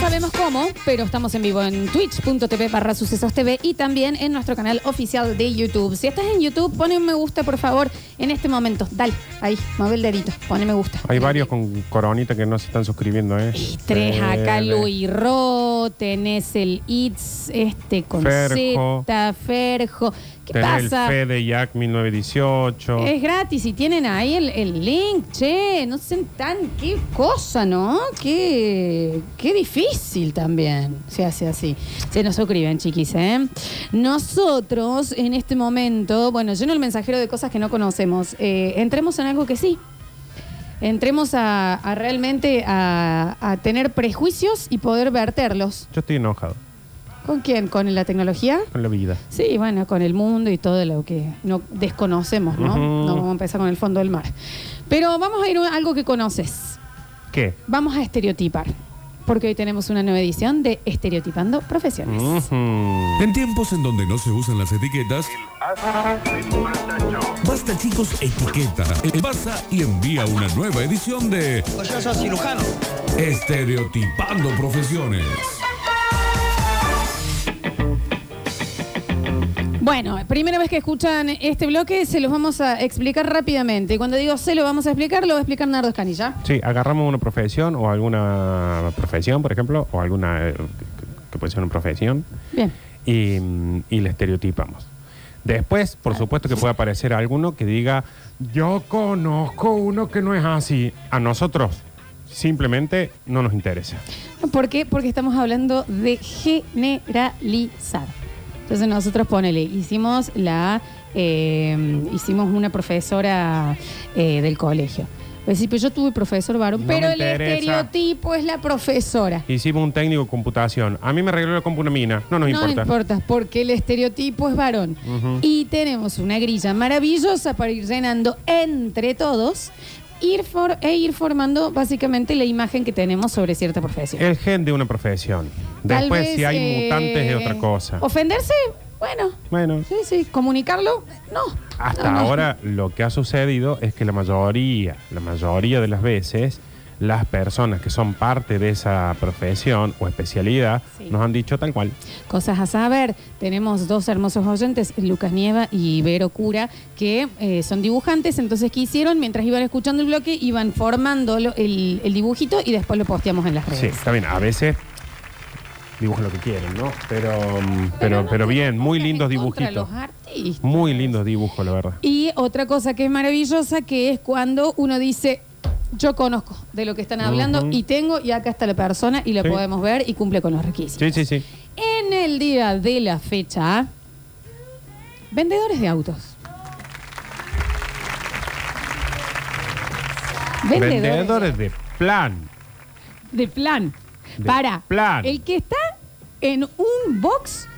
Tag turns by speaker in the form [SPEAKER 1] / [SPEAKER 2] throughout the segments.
[SPEAKER 1] sabemos cómo, pero estamos en vivo en twitch.tv barra sucesos TV y también en nuestro canal oficial de YouTube. Si estás en YouTube, pon un me gusta, por favor, en este momento. Dale, ahí, mueve el dedito, pone me gusta.
[SPEAKER 2] Hay varios con coronita que no se están suscribiendo, ¿eh?
[SPEAKER 1] Y tres acá,
[SPEAKER 2] Eh,
[SPEAKER 1] Luis Ro, tenés el Itz, este con
[SPEAKER 2] Ferjo.
[SPEAKER 1] Z, Ferjo. ¿Qué
[SPEAKER 2] Tenés
[SPEAKER 1] pasa? Eh.
[SPEAKER 2] el Fede Jack 1918.
[SPEAKER 1] Es gratis y tienen ahí el, el link, che, no sé tan qué cosa, ¿no? Qué, qué difícil también se hace así. Se nos suscriben, chiquis, ¿eh? Nosotros en este momento, bueno, lleno el mensajero de cosas que no conocemos. Eh, entremos en algo que sí. Entremos a, a realmente a, a tener prejuicios y poder verterlos.
[SPEAKER 2] Yo estoy enojado
[SPEAKER 1] ¿Con quién? ¿Con la tecnología?
[SPEAKER 2] con la vida.
[SPEAKER 1] Sí, bueno, con el mundo y todo lo que no desconocemos, ¿no?
[SPEAKER 2] Ujú.
[SPEAKER 1] No vamos a empezar con el fondo del mar. Pero vamos a ir a algo que conoces.
[SPEAKER 2] ¿Qué?
[SPEAKER 1] Vamos a estereotipar. Porque hoy tenemos una nueva edición de Estereotipando Profesiones.
[SPEAKER 2] Ujú.
[SPEAKER 3] En tiempos en donde no se usan las etiquetas, basta chicos etiqueta, envasa y envía una nueva edición de
[SPEAKER 4] Pues yo soy cirujano.
[SPEAKER 3] Estereotipando Profesiones.
[SPEAKER 1] Bueno, primera vez que escuchan este bloque, se los vamos a explicar rápidamente. Y cuando digo se lo vamos a explicar, lo va a explicar Nardo Escanilla.
[SPEAKER 2] Sí, agarramos una profesión o alguna profesión, por ejemplo, o alguna eh, que- que puede ser una profesión,
[SPEAKER 1] Bien.
[SPEAKER 2] y, mm, y la estereotipamos. Después,
[SPEAKER 1] Ah,
[SPEAKER 2] por supuesto que puede aparecer alguno que diga, yo conozco uno que no es así. A nosotros simplemente no nos interesa.
[SPEAKER 1] ¿Por qué? Porque estamos hablando de generalizar. Entonces nosotros ponele, hicimos la eh, hicimos una profesora eh, del colegio. Pues sí, pero yo tuve profesor varón,
[SPEAKER 2] No
[SPEAKER 1] pero
[SPEAKER 2] me
[SPEAKER 1] el
[SPEAKER 2] interesa.
[SPEAKER 1] estereotipo es la profesora.
[SPEAKER 2] Hicimos un técnico de computación. A mí me arregló la compu una mina. No nos
[SPEAKER 1] no
[SPEAKER 2] importa. Mm.
[SPEAKER 1] importa, porque el estereotipo es varón.
[SPEAKER 2] Ujú.
[SPEAKER 1] Y tenemos una grilla maravillosa para ir llenando entre todos ir for- e ir formando básicamente la imagen que tenemos sobre cierta profesión.
[SPEAKER 2] El gen de una profesión.
[SPEAKER 1] Tal
[SPEAKER 2] Después,
[SPEAKER 1] vez,
[SPEAKER 2] si hay
[SPEAKER 1] eh,
[SPEAKER 2] mutantes, es otra cosa.
[SPEAKER 1] Ofenderse, bueno.
[SPEAKER 2] Bueno,
[SPEAKER 1] Sí, sí. Comunicarlo, no.
[SPEAKER 2] hasta
[SPEAKER 1] No, no.
[SPEAKER 2] ahora lo que ha sucedido es que la mayoría, la mayoría de las veces, las personas que son parte de esa profesión o especialidad
[SPEAKER 1] Sí.
[SPEAKER 2] nos han dicho tal cual.
[SPEAKER 1] Cosas a saber. Tenemos dos hermosos oyentes, Lucas Nieva y Vero Cura, que eh, son dibujantes. Entonces, ¿qué hicieron? Mientras iban escuchando el bloque, iban formando lo- el, el dibujito y después lo posteamos en las
[SPEAKER 2] Sí,
[SPEAKER 1] redes.
[SPEAKER 2] está bien. A veces dibujan lo que quieren, ¿no? Pero, mm, pero, pero,
[SPEAKER 1] no
[SPEAKER 2] bien,
[SPEAKER 1] tenemos
[SPEAKER 2] muy
[SPEAKER 1] cosas
[SPEAKER 2] lindos
[SPEAKER 1] en contra de
[SPEAKER 2] dibujitos.
[SPEAKER 1] los artistas.
[SPEAKER 2] Muy lindos dibujos, la verdad.
[SPEAKER 1] Y otra cosa que es maravillosa, que es cuando uno dice, yo conozco de lo que están hablando
[SPEAKER 2] Ujú.
[SPEAKER 1] y tengo, y acá está la persona y la
[SPEAKER 2] Sí.
[SPEAKER 1] podemos ver y cumple con los requisitos.
[SPEAKER 2] Sí, sí, sí.
[SPEAKER 1] En el día de la fecha, vendedores de autos. Vendedores,
[SPEAKER 2] Vendedores de plan.
[SPEAKER 1] de plan.
[SPEAKER 2] De
[SPEAKER 1] Para
[SPEAKER 2] plan.
[SPEAKER 1] el que está en un box,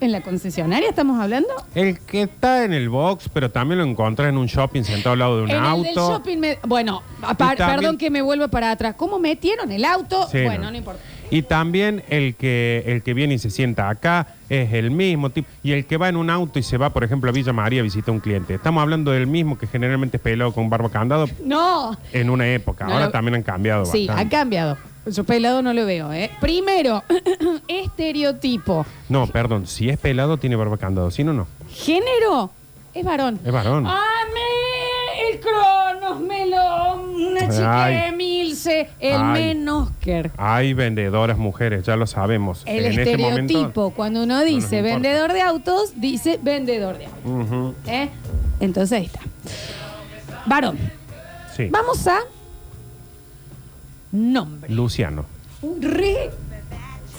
[SPEAKER 1] en la concesionaria estamos hablando.
[SPEAKER 2] El que está en el box, pero también lo encontrás en un shopping sentado al lado de un
[SPEAKER 1] en
[SPEAKER 2] auto.
[SPEAKER 1] el del shopping. me- bueno, apar-
[SPEAKER 2] Y también-
[SPEAKER 1] perdón que me vuelva para atrás. ¿Cómo metieron el auto?
[SPEAKER 2] Sí,
[SPEAKER 1] bueno, no, importa.
[SPEAKER 2] Y también el que, el que viene y se sienta acá es el mismo tipo. Y el que va en un auto y se va, por ejemplo, a Villa María a visitar a un cliente. Estamos hablando del mismo que generalmente es pelado con barba candado
[SPEAKER 1] No.
[SPEAKER 2] en una época.
[SPEAKER 1] No
[SPEAKER 2] Ahora
[SPEAKER 1] lo-
[SPEAKER 2] también han cambiado
[SPEAKER 1] Sí, ha
[SPEAKER 2] bastante.
[SPEAKER 1] cambiado. Yo pelado no lo veo, ¿eh? Primero, estereotipo.
[SPEAKER 2] No, perdón. Si es pelado, tiene barba candado. Si no, no.
[SPEAKER 1] Género es varón.
[SPEAKER 2] Es varón.
[SPEAKER 1] Ah. Amé el Cronos, Melón, una chica
[SPEAKER 2] Ay.
[SPEAKER 1] de Milce, el
[SPEAKER 2] Ay.
[SPEAKER 1] Menosker.
[SPEAKER 2] Hay vendedoras mujeres, ya lo sabemos.
[SPEAKER 1] El
[SPEAKER 2] En este
[SPEAKER 1] estereotipo,
[SPEAKER 2] momento-
[SPEAKER 1] cuando uno dice
[SPEAKER 2] importa.
[SPEAKER 1] vendedor de autos, dice vendedor de autos.
[SPEAKER 2] Ujú,
[SPEAKER 1] ¿eh? Entonces ahí está. Varón,
[SPEAKER 2] sí.
[SPEAKER 1] vamos a nombre.
[SPEAKER 2] Luciano.
[SPEAKER 1] Un re.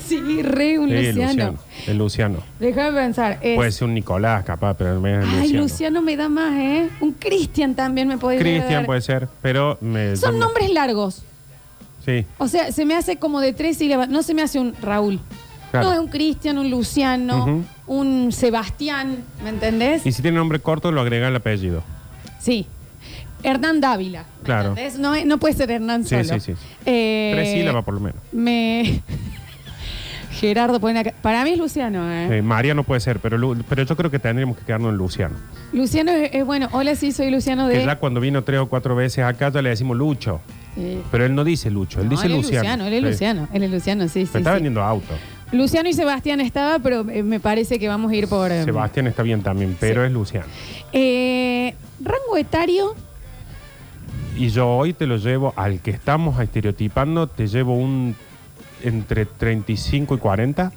[SPEAKER 1] Sí, re, un
[SPEAKER 2] Sí,
[SPEAKER 1] Luciano.
[SPEAKER 2] El Luciano.
[SPEAKER 1] Déjame pensar. es-
[SPEAKER 2] Puede ser un Nicolás, capaz, pero no es
[SPEAKER 1] Ay,
[SPEAKER 2] Luciano.
[SPEAKER 1] Luciano. me da más, ¿eh? Un Cristian también me puede
[SPEAKER 2] Cristian pues,
[SPEAKER 1] dar.
[SPEAKER 2] puede ser, pero... me-
[SPEAKER 1] Son
[SPEAKER 2] yo me-
[SPEAKER 1] nombres largos.
[SPEAKER 2] Sí.
[SPEAKER 1] O sea, se me hace como de tres sílabas. No se me hace un Raúl.
[SPEAKER 2] Claro.
[SPEAKER 1] No, es un Cristian, un Luciano,
[SPEAKER 2] Ujú.
[SPEAKER 1] un Sebastián, ¿me entendés?
[SPEAKER 2] Y si tiene nombre corto, lo agrega el apellido.
[SPEAKER 1] Sí. Hernán Dávila. ¿me
[SPEAKER 2] Claro.
[SPEAKER 1] entendés? No, es- no puede ser Hernán
[SPEAKER 2] Sí,
[SPEAKER 1] solo.
[SPEAKER 2] sí, sí.
[SPEAKER 1] Eh,
[SPEAKER 2] Tres sílabas, por lo menos.
[SPEAKER 1] Me... Gerardo pone acá. Para mí es Luciano, ¿eh?
[SPEAKER 2] Eh, María no puede ser, pero, Lu- pero yo creo que tendríamos que quedarnos en Luciano.
[SPEAKER 1] Luciano es, es bueno. Hola, sí, soy Luciano de...
[SPEAKER 2] Que ya cuando vino tres o cuatro veces acá, ya le decimos Lucho.
[SPEAKER 1] Sí.
[SPEAKER 2] Pero él no dice Lucho, él
[SPEAKER 1] eh, No,
[SPEAKER 2] dice
[SPEAKER 1] él es
[SPEAKER 2] Luciano.
[SPEAKER 1] Él es
[SPEAKER 2] Sí.
[SPEAKER 1] Luciano, él es Luciano, sí, sí.
[SPEAKER 2] Pero está
[SPEAKER 1] sí.
[SPEAKER 2] vendiendo autos.
[SPEAKER 1] Luciano y Sebastián estaba, pero eh, me parece que vamos a ir por. eh,
[SPEAKER 2] Sebastián está bien también, pero
[SPEAKER 1] sí.
[SPEAKER 2] es Luciano.
[SPEAKER 1] eh, rango etario.
[SPEAKER 2] Y yo hoy te lo llevo al que estamos estereotipando, te llevo un entre 35 y 40.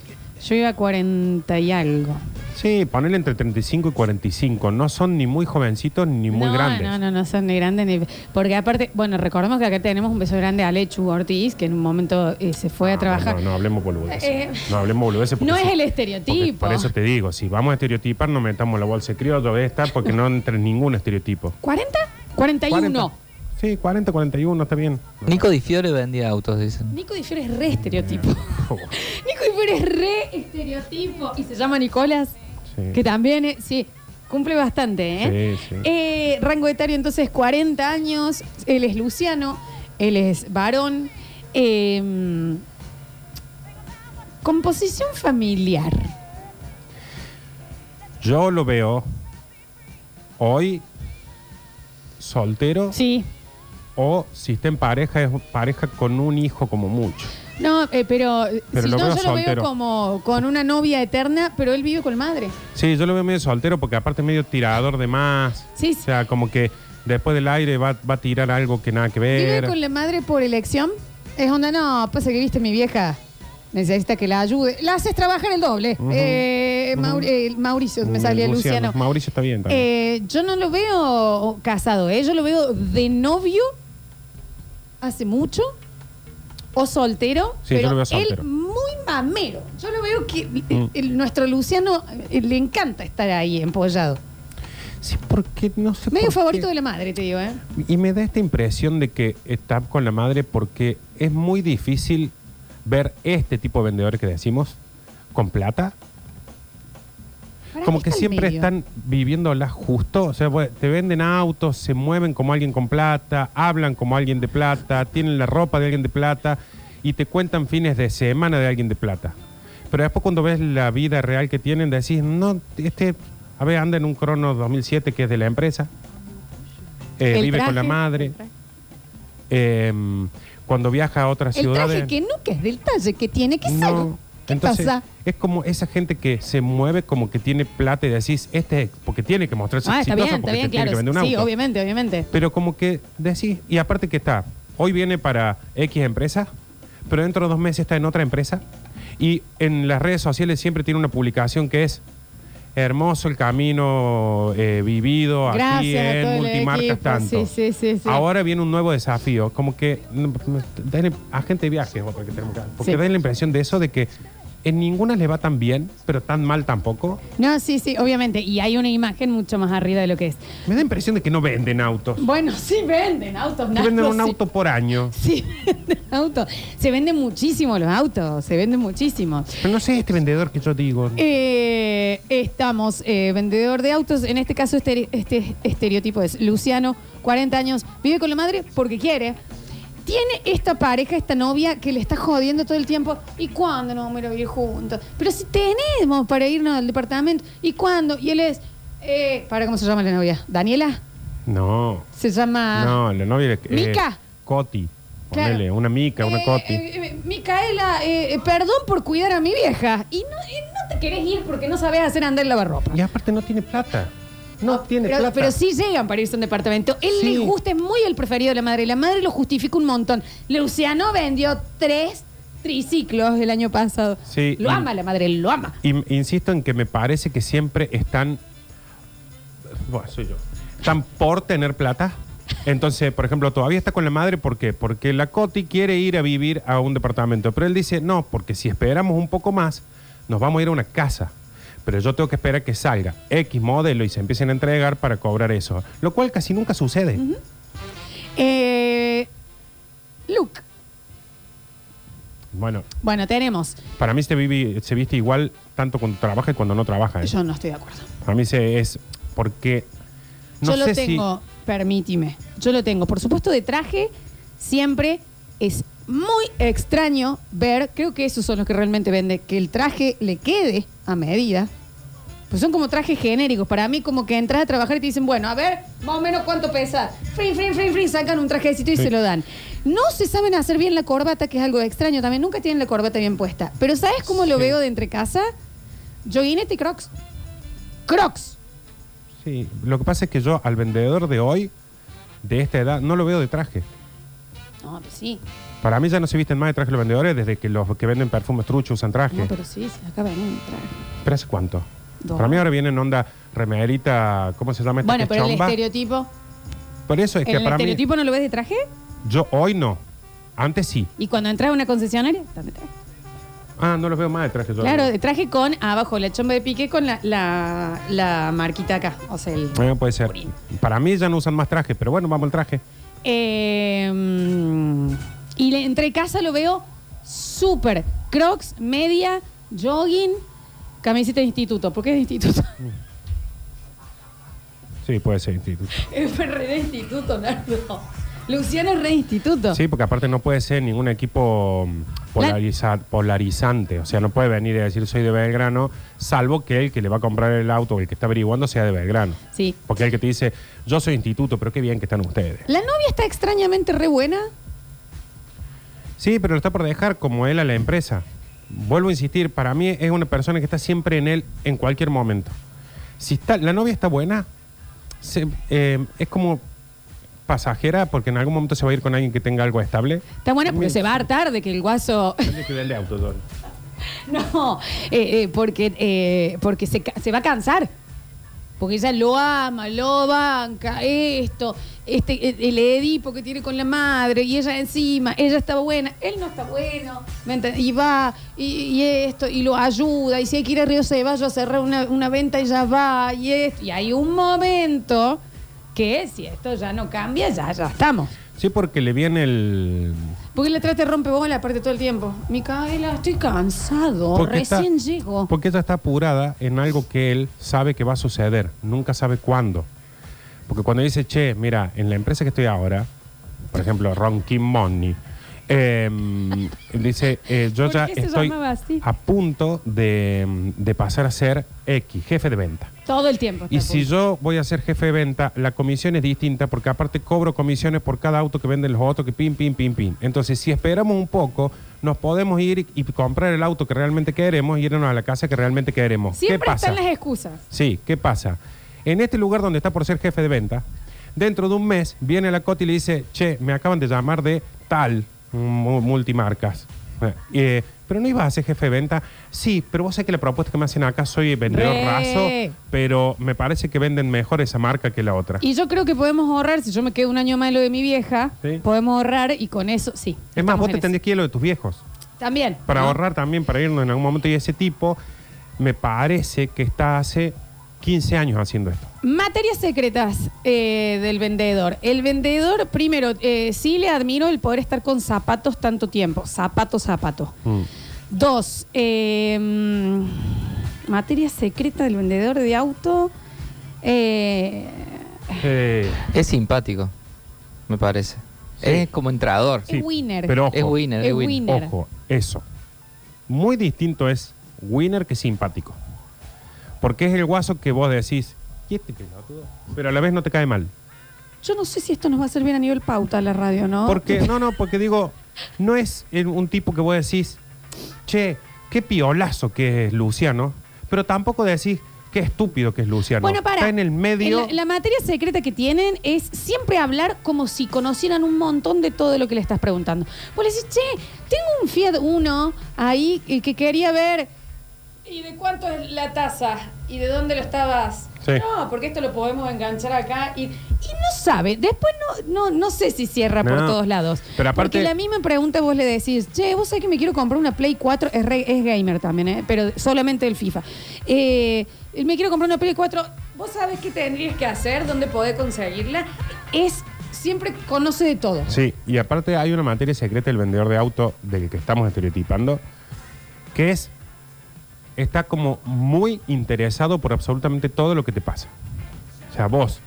[SPEAKER 1] Yo iba a 40 y algo.
[SPEAKER 2] Sí, ponele entre 35 y 45. No son ni muy jovencitos ni muy
[SPEAKER 1] no,
[SPEAKER 2] grandes.
[SPEAKER 1] No, no, no son ni grandes ni. Porque aparte, bueno, recordemos que acá tenemos un beso grande a Lechu Ortiz, que en un momento eh, se fue a
[SPEAKER 2] No,
[SPEAKER 1] trabajar.
[SPEAKER 2] Ah, No, no, hablemos boludeces.
[SPEAKER 1] Eh,
[SPEAKER 2] no hablemos boludeces porque
[SPEAKER 1] no
[SPEAKER 2] sí.
[SPEAKER 1] es el
[SPEAKER 2] Porque
[SPEAKER 1] estereotipo.
[SPEAKER 2] Por eso te digo, si vamos a estereotipar, no metamos la bolsa de criollo de esta porque no entra en ningún estereotipo.
[SPEAKER 1] ¿40? 41.
[SPEAKER 2] 40. Sí, 40, 41, está bien.
[SPEAKER 4] Nico Di Fiore vendía autos, dicen.
[SPEAKER 1] Nico Di Fiore es re estereotipo. Nico Di Fiore es re estereotipo. Y se llama Nicolás,
[SPEAKER 2] Sí.
[SPEAKER 1] que también es- sí, cumple bastante, ¿eh?
[SPEAKER 2] Sí, sí.
[SPEAKER 1] Eh, Rango etario entonces 40 años. Él es Luciano, él es varón. Eh, composición familiar.
[SPEAKER 2] Yo lo veo hoy soltero
[SPEAKER 1] Sí.
[SPEAKER 2] o si está en pareja, es pareja con un hijo como mucho.
[SPEAKER 1] No, eh, pero, eh,
[SPEAKER 2] Pero
[SPEAKER 1] si
[SPEAKER 2] lo
[SPEAKER 1] no,
[SPEAKER 2] veo
[SPEAKER 1] yo lo veo
[SPEAKER 2] soltero.
[SPEAKER 1] como con una novia eterna, pero él vive con madre.
[SPEAKER 2] Sí, yo lo veo medio soltero porque aparte es medio tirador de más.
[SPEAKER 1] Sí, sí.
[SPEAKER 2] O sea, como que después del aire va, va a tirar algo que nada que
[SPEAKER 1] ¿Vive
[SPEAKER 2] ver.
[SPEAKER 1] con la madre por elección? Es onda, no, pasa que viste mi vieja. Necesita que la ayude. La haces trabajar el doble.
[SPEAKER 2] Ujú.
[SPEAKER 1] Eh, Mauri- eh, Mauricio, me
[SPEAKER 2] Mm,
[SPEAKER 1] salía Luciano.
[SPEAKER 2] Mauricio está bien también.
[SPEAKER 1] Eh, yo no lo veo casado, ¿eh? yo lo veo de novio hace mucho o soltero,
[SPEAKER 2] Sí,
[SPEAKER 1] pero
[SPEAKER 2] yo lo veo
[SPEAKER 1] él
[SPEAKER 2] soltero.
[SPEAKER 1] muy mamero. Yo lo veo que
[SPEAKER 2] Mm.
[SPEAKER 1] el- nuestro Luciano eh, le encanta estar ahí empollado.
[SPEAKER 2] sí, porque no sé
[SPEAKER 1] Medio
[SPEAKER 2] por qué.
[SPEAKER 1] favorito de la madre, te digo, ¿eh?
[SPEAKER 2] Y me da esta impresión de que está con la madre porque es muy difícil ver este tipo de vendedores que decimos con plata.
[SPEAKER 1] Para
[SPEAKER 2] Como
[SPEAKER 1] mí
[SPEAKER 2] que
[SPEAKER 1] está al
[SPEAKER 2] siempre
[SPEAKER 1] medio.
[SPEAKER 2] están eh, viviéndolas justo. O sea, bueno, te venden autos, se mueven como alguien con plata, hablan como alguien de plata, tienen la ropa de alguien de plata y te cuentan fines de semana de alguien de plata. Pero después cuando ves la vida real que tienen, decís, no, este, a ver, anda en un crono 2007 que es de la empresa, Eh,
[SPEAKER 1] El
[SPEAKER 2] vive con la
[SPEAKER 1] traje,
[SPEAKER 2] madre,
[SPEAKER 1] el traje.
[SPEAKER 2] Eh, cuando viaja a otras
[SPEAKER 1] El
[SPEAKER 2] ciudades...
[SPEAKER 1] traje que nunca es del talle que tiene, que es algo? ¿Qué
[SPEAKER 2] Entonces,
[SPEAKER 1] pasa?
[SPEAKER 2] Es como esa gente que se mueve como que tiene plata y decís, este es, porque tiene que mostrarse
[SPEAKER 1] Ah, está
[SPEAKER 2] exitoso
[SPEAKER 1] bien, está
[SPEAKER 2] porque
[SPEAKER 1] bien,
[SPEAKER 2] te tiene que
[SPEAKER 1] claro.
[SPEAKER 2] vender un
[SPEAKER 1] Sí,
[SPEAKER 2] auto.
[SPEAKER 1] obviamente, obviamente.
[SPEAKER 2] Pero como que decís, y aparte que está, hoy viene para X empresa, pero dentro de dos meses está en otra empresa. Y en las redes sociales siempre tiene una publicación que es hermoso el camino eh, vivido aquí
[SPEAKER 1] Gracias a
[SPEAKER 2] en
[SPEAKER 1] todo el
[SPEAKER 2] multimarcas
[SPEAKER 1] equipo.
[SPEAKER 2] tanto.
[SPEAKER 1] Sí, sí, sí, sí.
[SPEAKER 2] Ahora viene un nuevo desafío, como que no, no, dale- agente de viajes otra que tenemos acá, porque
[SPEAKER 1] Sí.
[SPEAKER 2] da la impresión de eso de que en ninguna les va tan bien, pero tan mal tampoco.
[SPEAKER 1] No, sí, sí, obviamente. Y hay una imagen mucho más arriba de lo que es.
[SPEAKER 2] Me da la impresión de que no venden autos.
[SPEAKER 1] Bueno, sí venden autos,
[SPEAKER 2] Que venden
[SPEAKER 1] Nardo,
[SPEAKER 2] un
[SPEAKER 1] sí.
[SPEAKER 2] auto por año.
[SPEAKER 1] Sí, venden autos. Se venden muchísimo los autos, se venden muchísimo.
[SPEAKER 2] Pero no sé este vendedor que yo digo.
[SPEAKER 1] Eh, estamos, eh, vendedor de autos, en este caso estere- este estereotipo es Luciano, 40 años, vive con la madre porque quiere. Tiene esta pareja, esta novia que le está jodiendo todo el tiempo. ¿Y cuándo nos vamos a ir a vivir juntos? Pero si tenemos para irnos al departamento. ¿Y cuándo? Y él es... eh, para, ¿cómo se llama la novia? ¿Daniela?
[SPEAKER 2] No,
[SPEAKER 1] Se llama...
[SPEAKER 2] no, la novia es
[SPEAKER 1] Ah. Mica.
[SPEAKER 2] Coti.
[SPEAKER 1] Claro.
[SPEAKER 2] Ponele, una mica, una
[SPEAKER 1] Eh,
[SPEAKER 2] coti.
[SPEAKER 1] eh, eh, Micaela, eh, eh, perdón por cuidar a mi vieja. Y no, eh, no te querés ir porque no sabés hacer andar el lavarropa.
[SPEAKER 2] y aparte no tiene plata. No, tiene
[SPEAKER 1] pero,
[SPEAKER 2] plata.
[SPEAKER 1] pero sí llegan para irse a un departamento. Él
[SPEAKER 2] Sí.
[SPEAKER 1] les gusta, es muy el preferido de la madre. La madre lo justifica un montón. Luciano vendió tres triciclos el año pasado.
[SPEAKER 2] Sí,
[SPEAKER 1] Lo
[SPEAKER 2] y-
[SPEAKER 1] ama la madre, lo ama.
[SPEAKER 2] In- insisto en que me parece que siempre están. Bueno, soy yo. Están por tener plata. Entonces, por ejemplo, todavía está con la madre, ¿por qué? Porque la Coti quiere ir a vivir a un departamento. Pero él dice, no, porque si esperamos un poco más, nos vamos a ir a una casa. Pero yo tengo que esperar que salga X modelo y se empiecen a entregar para cobrar eso. Lo cual casi nunca sucede.
[SPEAKER 1] Eh, Luke,
[SPEAKER 2] Bueno,
[SPEAKER 1] bueno, tenemos.
[SPEAKER 2] para mí se, vive- se viste igual tanto cuando trabaja y cuando no trabaja. ¿eh?
[SPEAKER 1] Yo no estoy de acuerdo.
[SPEAKER 2] Para mí se, es porque... No
[SPEAKER 1] Yo lo
[SPEAKER 2] sé si-
[SPEAKER 1] tengo, permítime. Yo lo tengo. Por supuesto, de traje siempre es muy extraño ver, creo que esos son los que realmente venden, que el traje le quede a medida. Pues son como trajes genéricos. Para mí, como que entras a trabajar y te dicen, bueno, a ver, más o menos cuánto pesa. Frin, frin, frin, frin, sacan un trajecito y
[SPEAKER 2] Sí.
[SPEAKER 1] se lo dan. No se saben hacer bien la corbata, que es algo extraño también. Nunca tienen la corbata bien puesta. Pero ¿sabes cómo lo
[SPEAKER 2] Sí.
[SPEAKER 1] veo de entre casa? Joguinete y crocs. Crocs.
[SPEAKER 2] Sí, lo que pasa es que yo al vendedor de hoy, de esta edad, no lo veo de traje.
[SPEAKER 1] No, pero sí.
[SPEAKER 2] Para mí ya no se visten más de traje los vendedores desde que los que venden perfumes truchos usan traje.
[SPEAKER 1] No,
[SPEAKER 2] pero...
[SPEAKER 1] pero sí, se acaba de entrar.
[SPEAKER 2] hace cuánto?
[SPEAKER 1] Dos.
[SPEAKER 2] Para mí ahora vienen onda remerita, ¿cómo se llama esta
[SPEAKER 1] Bueno,
[SPEAKER 2] que
[SPEAKER 1] pero el
[SPEAKER 2] chomba?
[SPEAKER 1] estereotipo.
[SPEAKER 2] Por eso es que
[SPEAKER 1] ¿El
[SPEAKER 2] para mí,
[SPEAKER 1] estereotipo no lo ves de traje?
[SPEAKER 2] yo hoy no, antes sí.
[SPEAKER 1] Y cuando entras a una concesionaria, están de traje.
[SPEAKER 2] Ah, no los veo más de traje yo.
[SPEAKER 1] Claro, de traje con abajo la chomba de pique con la, la, la marquita acá. O sea, el.
[SPEAKER 2] Eh, puede ser. Para mí ya no usan más traje, pero bueno, vamos al traje.
[SPEAKER 1] Eh, mm, y le- entre casa lo veo súper. Crocs, media, jogging, camiseta de instituto. ¿Por qué es de instituto?
[SPEAKER 2] Sí, puede ser instituto.
[SPEAKER 1] Es re de instituto, Nardo. Luciano es re de instituto.
[SPEAKER 2] Sí, porque aparte no puede ser ningún equipo mm, polariza- polarizante. O sea, no puede venir y decir soy de Belgrano, salvo que el que le va a comprar el auto o el que está averiguando sea de Belgrano.
[SPEAKER 1] Sí.
[SPEAKER 2] Porque el que te dice, yo soy instituto, pero qué bien que están ustedes.
[SPEAKER 1] La novia está extrañamente re buena.
[SPEAKER 2] Sí, pero lo está por dejar como él a la empresa. Vuelvo a insistir, para mí es una persona que está siempre en él en cualquier momento. Si está, la novia está buena, se- eh, es como pasajera porque en algún momento se va a ir con alguien que tenga algo estable.
[SPEAKER 1] Está buena porque
[SPEAKER 2] Bien.
[SPEAKER 1] se va a hartar de que el guaso. No, eh, eh, porque, eh, porque se, ca- se va a cansar. Porque ella lo ama, lo banca, esto, este, eh, el Edipo que tiene con la madre, y ella encima, ella está buena, él no está bueno, ¿me entiendes? Y va, y, y esto, y lo ayuda, y si hay que ir a Río Ceballos a cerrar una, una venta, ella va, y esto. Y hay un momento que si esto ya no cambia, ya, ya estamos.
[SPEAKER 2] Sí, porque le viene el...
[SPEAKER 1] Porque la trata de rompe la aparte todo el tiempo. Micaela, estoy cansado,
[SPEAKER 2] Porque está-
[SPEAKER 1] Oh, recién llego.
[SPEAKER 2] Porque ella está apurada en algo que él sabe que va a suceder, nunca sabe cuándo. Porque cuando dice, che, mira, en la empresa que estoy ahora, por ejemplo, Ronkin Money, em, dice, eh, yo
[SPEAKER 1] ¿Por
[SPEAKER 2] ya
[SPEAKER 1] qué se
[SPEAKER 2] estoy
[SPEAKER 1] llamaba así?
[SPEAKER 2] a punto de, em, de pasar a ser X, jefe de venta.
[SPEAKER 1] Todo el tiempo.
[SPEAKER 2] Y
[SPEAKER 1] está
[SPEAKER 2] si
[SPEAKER 1] puro.
[SPEAKER 2] yo voy a ser jefe de venta, la comisión es distinta porque aparte cobro comisiones por cada auto que venden los otros, que pim, pim, pim, pim. Entonces, si esperamos un poco, nos podemos ir y- y comprar el auto que realmente queremos y irnos a la casa que realmente queremos. ¿Qué
[SPEAKER 1] Siempre
[SPEAKER 2] pasa?
[SPEAKER 1] están las excusas.
[SPEAKER 2] Sí, ¿qué pasa? En este lugar donde está por ser jefe de venta, dentro de un mes viene la Coti y le dice, che, me acaban de llamar de tal mm, mu- multimarcas. Eh, pero no ibas a ser jefe de venta. Sí, pero vos sabés que la propuesta que me hacen acá soy vendedor
[SPEAKER 1] Re.
[SPEAKER 2] raso, pero me parece que venden mejor esa marca que la otra.
[SPEAKER 1] Y yo creo que podemos ahorrar, si yo me quedo un año más en lo de mi vieja,
[SPEAKER 2] Sí.
[SPEAKER 1] podemos ahorrar y con eso, sí.
[SPEAKER 2] es más,
[SPEAKER 1] estamos
[SPEAKER 2] vos
[SPEAKER 1] en
[SPEAKER 2] te
[SPEAKER 1] eso.
[SPEAKER 2] tendrías que ir a lo de tus viejos.
[SPEAKER 1] También.
[SPEAKER 2] Para
[SPEAKER 1] ¿no?
[SPEAKER 2] ahorrar también, para irnos en algún momento. Y ese tipo me parece que está hace 15 años haciendo esto.
[SPEAKER 1] Materias secretas eh, del vendedor. El vendedor, primero, eh, sí le admiro el poder estar con zapatos tanto tiempo. Zapato, zapato.
[SPEAKER 4] Mm.
[SPEAKER 1] Dos, eh, mm, materia secreta del vendedor de auto. Eh,
[SPEAKER 2] Eh,
[SPEAKER 4] Es simpático, me parece. Es como entrador.
[SPEAKER 1] Es winner.
[SPEAKER 2] Pero ojo,
[SPEAKER 4] Es winner,
[SPEAKER 1] Es
[SPEAKER 4] es winner.
[SPEAKER 1] winner.
[SPEAKER 2] Ojo, eso. Muy distinto es winner que simpático. Porque es el guaso que vos decís, "¿Y este pelotudo?", Pero a la vez no te cae mal.
[SPEAKER 1] yo no sé si esto nos va a servir a nivel pauta a la radio, ¿no?
[SPEAKER 2] Porque, no, no, porque digo, no es el- un tipo que vos decís, che, qué piolazo que es Luciano. Pero tampoco decís, qué estúpido que es Luciano.
[SPEAKER 1] Bueno, para.
[SPEAKER 2] Está en el medio.
[SPEAKER 1] la, la materia secreta que tienen es siempre hablar como si conocieran un montón de todo lo que le estás preguntando. Vos le decís, che, tengo un Fiat Uno ahí eh, que quería ver. ¿Y de cuánto es la tasa? ¿Y de dónde lo estabas?
[SPEAKER 2] Sí.
[SPEAKER 1] No, porque esto lo podemos enganchar acá. Y, y no sabe. Después no, no, no sé si cierra por
[SPEAKER 2] No.
[SPEAKER 1] todos lados.
[SPEAKER 2] Pero aparte-
[SPEAKER 1] Porque la misma pregunta vos le decís, che, vos sabés que me quiero comprar una Play 4, es, re- es gamer también, ¿eh? pero solamente el FIFA. Eh, me quiero comprar una Play 4, vos sabés qué tendrías que hacer, dónde podés conseguirla. Es, siempre conoce de todo.
[SPEAKER 2] Sí, y aparte hay una materia secreta del vendedor de auto del que estamos estereotipando, que es, está como muy interesado por absolutamente todo lo que te pasa. O sea, vos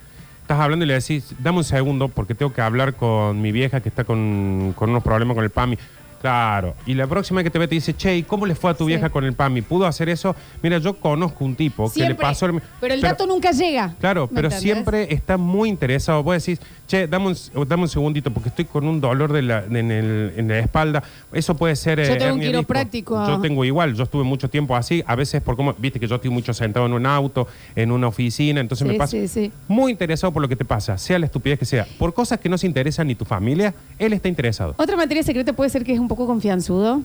[SPEAKER 2] estás hablando y le decís, dame un segundo porque tengo que hablar con mi vieja que está con, con unos problemas con el PAMI. Claro. Y la próxima que te ve te dice, che, ¿y cómo le fue a tu
[SPEAKER 1] Sí.
[SPEAKER 2] vieja con el PAMI? ¿Pudo hacer eso? Mira, yo conozco un tipo que le
[SPEAKER 1] Siempre.
[SPEAKER 2] pasó el...
[SPEAKER 1] Pero el dato nunca llega.
[SPEAKER 2] Claro,
[SPEAKER 1] ¿Me
[SPEAKER 2] pero
[SPEAKER 1] entendés?
[SPEAKER 2] siempre está muy interesado. Vos decís, che, dame un, s- dame un segundito porque estoy con un dolor de la- de en, el- en la espalda. Eso puede ser...
[SPEAKER 1] Yo tengo un
[SPEAKER 2] hernia disco.
[SPEAKER 1] quiropráctico.
[SPEAKER 2] Yo tengo igual, yo estuve mucho tiempo así. A veces, por cómo, viste que yo estoy mucho sentado en un auto, en una oficina, entonces
[SPEAKER 1] Sí,
[SPEAKER 2] me pasa...
[SPEAKER 1] sí, sí.
[SPEAKER 2] Muy interesado por lo que te pasa, sea la estupidez que sea. Por cosas que no se interesan ni tu familia, él está interesado.
[SPEAKER 1] Otra materia secreta puede ser que es un poco confianzudo.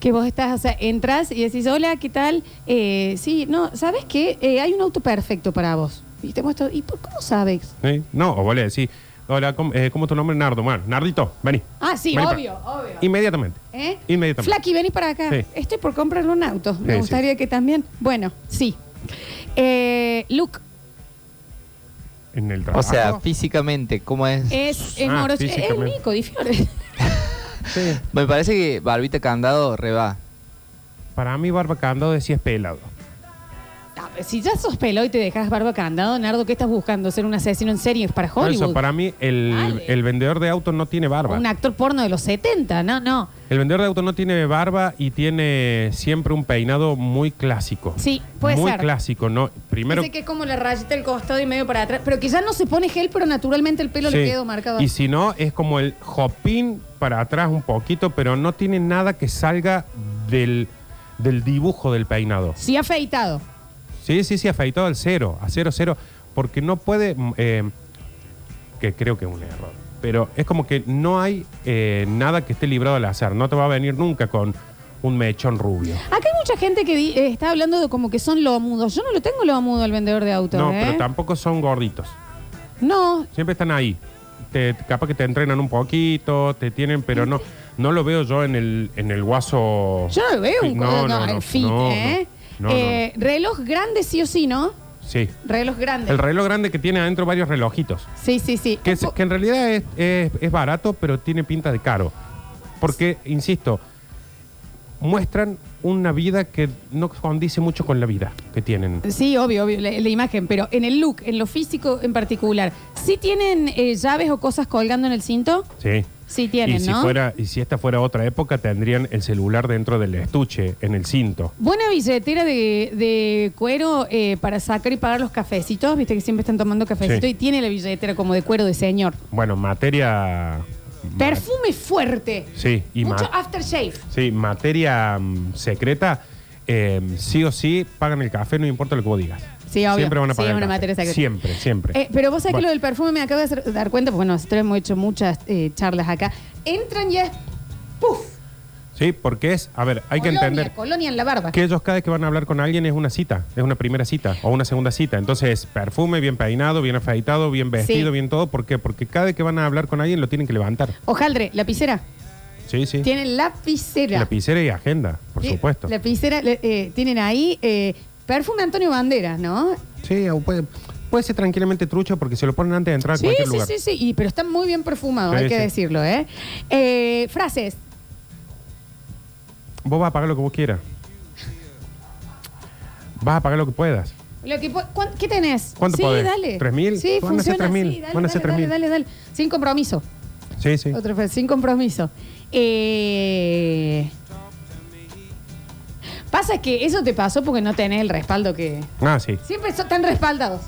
[SPEAKER 1] Que vos estás, o sea, entras y decís, hola, ¿qué tal? Eh, sí, no, ¿sabes qué? Eh, hay un auto perfecto para vos. Y te muestro, ¿y por cómo sabes?
[SPEAKER 2] ¿Sí? No, o vos le decís, hola, ¿cómo, eh, cómo es tu nombre? Nardo. Bueno, Nardito, vení.
[SPEAKER 1] Ah, sí,
[SPEAKER 2] Vení
[SPEAKER 1] obvio,
[SPEAKER 2] para-
[SPEAKER 1] obvio.
[SPEAKER 2] Inmediatamente.
[SPEAKER 1] ¿Eh?
[SPEAKER 2] Inmediatamente.
[SPEAKER 1] Flaki, vení para acá.
[SPEAKER 2] Sí.
[SPEAKER 1] Estoy por comprarle un auto.
[SPEAKER 2] Sí,
[SPEAKER 1] Me
[SPEAKER 2] sí.
[SPEAKER 1] gustaría que también. Bueno, sí. Eh, Luke,
[SPEAKER 2] En el
[SPEAKER 4] O
[SPEAKER 2] trabajo.
[SPEAKER 4] sea, físicamente, ¿cómo es?
[SPEAKER 1] es, es
[SPEAKER 2] Ah,
[SPEAKER 1] morocho. Es el
[SPEAKER 2] físicamente.
[SPEAKER 1] Nico Di Fiore.
[SPEAKER 4] Me parece que Barbita Candado reba.
[SPEAKER 2] Para mí, Barba Candado decía es pelado.
[SPEAKER 1] Ah, pero si ya sos pelo y te dejas barba candado, Nardo, ¿qué estás buscando? ¿Ser un asesino en serie para
[SPEAKER 2] Por
[SPEAKER 1] Hollywood?
[SPEAKER 2] eso, para mí, el,
[SPEAKER 1] Dale.
[SPEAKER 2] el vendedor de autos no tiene barba.
[SPEAKER 1] Un actor porno de los 70, no, no.
[SPEAKER 2] El vendedor de autos no tiene barba y tiene siempre un peinado muy clásico.
[SPEAKER 1] Sí, puede
[SPEAKER 2] muy
[SPEAKER 1] ser.
[SPEAKER 2] clásico, ¿no? Primero.
[SPEAKER 1] Dice que es como la rayita del costado y medio para atrás, pero que ya no se pone gel, pero naturalmente el pelo le
[SPEAKER 2] Sí.
[SPEAKER 1] quedó marcado.
[SPEAKER 2] Y si no, es como el hopín para atrás un poquito, pero no tiene nada que salga del, del dibujo del peinado.
[SPEAKER 1] Sí, afeitado.
[SPEAKER 2] Sí, sí, sí, afeitado al cero, a cero, cero, porque no puede, mm, eh, que creo que es un error, pero es como que no hay eh, nada que esté librado al azar, no te va a venir nunca con un mechón rubio.
[SPEAKER 1] Acá hay mucha gente que di- eh, está hablando de como que son lomudos. Yo no lo tengo lomudo el vendedor de autos.
[SPEAKER 2] No,
[SPEAKER 1] ¿eh?
[SPEAKER 2] pero tampoco son gorditos,
[SPEAKER 1] No,
[SPEAKER 2] siempre están ahí, te, capaz que te entrenan un poquito, te tienen, pero no, no lo veo yo en el, en el guaso.
[SPEAKER 1] yo no lo veo un
[SPEAKER 2] No,
[SPEAKER 1] gordo,
[SPEAKER 2] no,
[SPEAKER 1] no,
[SPEAKER 2] no,
[SPEAKER 1] el fit,
[SPEAKER 2] no,
[SPEAKER 1] ¿eh?
[SPEAKER 2] no, no, no,
[SPEAKER 1] Eh, Reloj grande sí o sí, ¿no?
[SPEAKER 2] Sí,
[SPEAKER 1] Reloj grande.
[SPEAKER 2] el reloj grande que tiene adentro varios relojitos.
[SPEAKER 1] sí, sí, sí.
[SPEAKER 2] Que, es- que en realidad es, es- es barato, pero tiene pinta de caro. Porque, insisto, muestran una vida que no condice mucho con la vida que tienen.
[SPEAKER 1] Sí, obvio, obvio, la, la imagen, pero en el look, en lo físico en particular, ¿sí tienen eh, llaves o cosas colgando en el cinto?
[SPEAKER 2] Sí.
[SPEAKER 1] Sí tienen,
[SPEAKER 2] y si
[SPEAKER 1] ¿no?
[SPEAKER 2] fuera Y si esta fuera otra época, tendrían el celular dentro del estuche, en el cinto.
[SPEAKER 1] Buena billetera de, de cuero eh, para sacar y pagar los cafecitos, viste que siempre están tomando cafecito
[SPEAKER 2] Sí.
[SPEAKER 1] y tiene la billetera como de cuero de señor.
[SPEAKER 2] Bueno, materia...
[SPEAKER 1] Perfume fuerte.
[SPEAKER 2] Sí, y
[SPEAKER 1] Mucho
[SPEAKER 2] ma-
[SPEAKER 1] aftershave.
[SPEAKER 2] Sí, materia mm, secreta. eh, sí o sí, pagan el café, no importa lo que vos digas.
[SPEAKER 1] Sí, obvio.
[SPEAKER 2] Siempre van a
[SPEAKER 1] Sí, es
[SPEAKER 2] pagar el
[SPEAKER 1] una
[SPEAKER 2] café.
[SPEAKER 1] materia secreta.
[SPEAKER 2] Siempre, siempre.
[SPEAKER 1] Eh, pero vos sabés
[SPEAKER 2] Bueno.
[SPEAKER 1] que lo del perfume me acabo de hacer- dar cuenta, porque bueno, nosotros hemos hecho muchas eh, charlas acá. Entran y es ¡puf!
[SPEAKER 2] Sí, porque es... A ver, hay
[SPEAKER 1] Colonia,
[SPEAKER 2] que entender...
[SPEAKER 1] Colonia en la barba.
[SPEAKER 2] Que ellos cada vez que van a hablar con alguien es una cita, es una primera cita o una segunda cita. Entonces, perfume, bien peinado, bien afeitado, bien vestido,
[SPEAKER 1] Sí.
[SPEAKER 2] bien todo. ¿Por qué? Porque cada vez que van a hablar con alguien lo tienen que levantar.
[SPEAKER 1] Hojaldre, lapicera.
[SPEAKER 2] Sí, sí.
[SPEAKER 1] Tienen lapicera.
[SPEAKER 2] Lapicera y agenda, por
[SPEAKER 1] Sí,
[SPEAKER 2] supuesto.
[SPEAKER 1] Lapicera, le- eh, tienen ahí eh, perfume Antonio Banderas, ¿no?
[SPEAKER 2] Sí, o puede, puede ser tranquilamente trucho porque se lo ponen antes de entrar a
[SPEAKER 1] Sí,
[SPEAKER 2] cualquier
[SPEAKER 1] sí,
[SPEAKER 2] lugar.
[SPEAKER 1] sí, sí, y- pero están muy bien perfumados,
[SPEAKER 2] Sí,
[SPEAKER 1] hay que
[SPEAKER 2] sí.
[SPEAKER 1] decirlo, ¿eh? Eh, Frases.
[SPEAKER 2] Vos vas a pagar lo que vos quieras. Vas a pagar lo que puedas.
[SPEAKER 1] Lo que po- cuán- ¿Qué tenés?
[SPEAKER 2] ¿Cuánto
[SPEAKER 1] sí,
[SPEAKER 2] podés?
[SPEAKER 1] dale.
[SPEAKER 2] ¿Tres mil?
[SPEAKER 1] Sí,
[SPEAKER 2] Van a ser
[SPEAKER 1] funciona.
[SPEAKER 2] tres mil,
[SPEAKER 1] sí, dale,
[SPEAKER 2] van a ser
[SPEAKER 1] dale,
[SPEAKER 2] tres
[SPEAKER 1] dale, dale, dale. Sin compromiso.
[SPEAKER 2] Sí, sí.
[SPEAKER 1] Otra frase, sin compromiso. Eh, Pasa que eso te pasó porque no tenés el respaldo que...
[SPEAKER 2] Ah, sí.
[SPEAKER 1] Siempre so- están respaldados.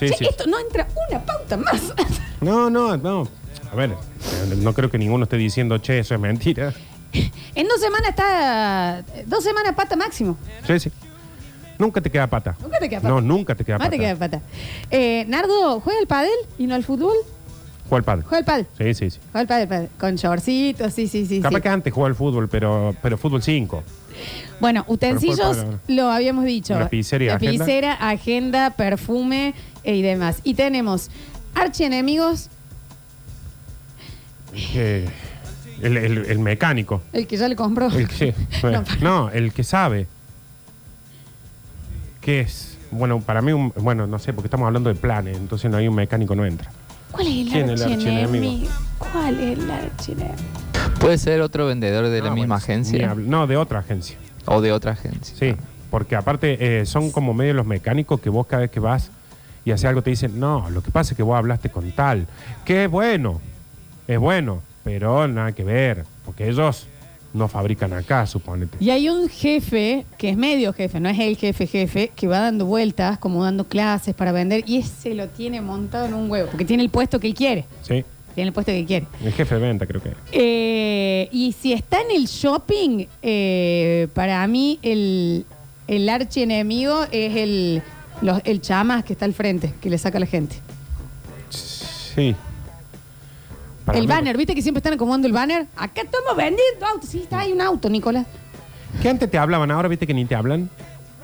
[SPEAKER 2] Sí,
[SPEAKER 1] Che,
[SPEAKER 2] sí.
[SPEAKER 1] Esto no entra una pauta más.
[SPEAKER 2] No, no, no. A ver, no creo que ninguno esté diciendo, che, eso es mentira.
[SPEAKER 1] En dos semanas está. Dos semanas pata máximo.
[SPEAKER 2] Sí, sí. Nunca te queda pata.
[SPEAKER 1] Nunca te queda pata.
[SPEAKER 2] No, nunca te queda
[SPEAKER 1] Más
[SPEAKER 2] pata.
[SPEAKER 1] te queda pata. Eh, Nardo, ¿juega al pádel y no al fútbol?
[SPEAKER 2] Juega al pádel.
[SPEAKER 1] Juega al pádel.
[SPEAKER 2] Sí, sí, sí.
[SPEAKER 1] Juega al pádel, pádel. Con shortcito, sí, sí, sí.
[SPEAKER 2] Capaz
[SPEAKER 1] sí.
[SPEAKER 2] que antes jugaba al fútbol, pero, pero fútbol 5.
[SPEAKER 1] Bueno,
[SPEAKER 2] Pero
[SPEAKER 1] utensillos
[SPEAKER 2] juega al pádel.
[SPEAKER 1] lo habíamos dicho.
[SPEAKER 2] Lapicera y agenda.
[SPEAKER 1] Lapicera, agenda, perfume eh, y demás. Y tenemos archienemigos,
[SPEAKER 2] el, el- el mecánico.
[SPEAKER 1] el que ya le compró.
[SPEAKER 2] El que,
[SPEAKER 1] No,
[SPEAKER 2] no, el que sabe. ¿Qué es? Bueno, para mí, un- bueno, no sé, porque estamos hablando de planes, entonces no hay un mecánico, no entra.
[SPEAKER 1] ¿Cuál es
[SPEAKER 2] ¿Quién
[SPEAKER 1] el
[SPEAKER 2] es el archienemigo?
[SPEAKER 1] archienemigo? ¿Cuál es el archienemigo?
[SPEAKER 4] Puede ser otro vendedor de la
[SPEAKER 2] Ah,
[SPEAKER 4] misma
[SPEAKER 2] bueno, ni
[SPEAKER 4] agencia
[SPEAKER 2] habl- No, de otra agencia.
[SPEAKER 4] o de otra agencia.
[SPEAKER 2] Sí, porque aparte eh, son como medio los mecánicos que vos cada vez que vas y haces algo te dicen, no, lo que pasa es que vos hablaste con tal, que es bueno, es bueno, pero nada que ver. Porque ellos no fabrican acá, suponete.
[SPEAKER 1] Y hay un jefe, que es medio jefe, no es el jefe jefe, que va dando vueltas, como dando clases para vender, y ese lo tiene montado en un huevo, porque tiene el puesto que él quiere.
[SPEAKER 2] Sí.
[SPEAKER 1] Tiene el puesto que quiere.
[SPEAKER 2] El jefe de venta, creo que. era.
[SPEAKER 1] Eh, y si está en el shopping, eh, para mí el, el archienemigo es el, los- el chamás que está al frente, que le saca a la gente.
[SPEAKER 2] Sí. Para
[SPEAKER 1] el
[SPEAKER 2] mí-
[SPEAKER 1] banner, ¿viste que siempre están acomodando el banner? Acá estamos vendiendo autos. Sí, está ahí un auto, Nicolás.
[SPEAKER 2] Que antes te hablaban, ahora viste que ni te hablan.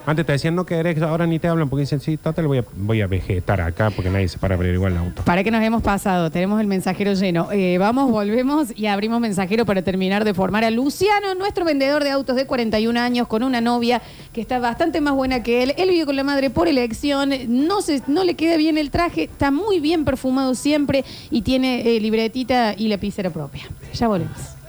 [SPEAKER 2] Antes te decían no querés, ahora ni te hablan porque dicen, sí, total, voy a, voy a vegetar acá porque nadie se para abrir igual el auto.
[SPEAKER 1] Para que nos hemos pasado, tenemos el mensajero lleno. Eh, vamos, volvemos y abrimos mensajero para terminar de formar a Luciano, nuestro vendedor de autos de 41 años, con una novia que está bastante más buena que él. Él vive con la madre por elección, no, se, no le queda bien el traje, está muy bien perfumado siempre y tiene eh, libretita y lapicera propia. Ya volvemos.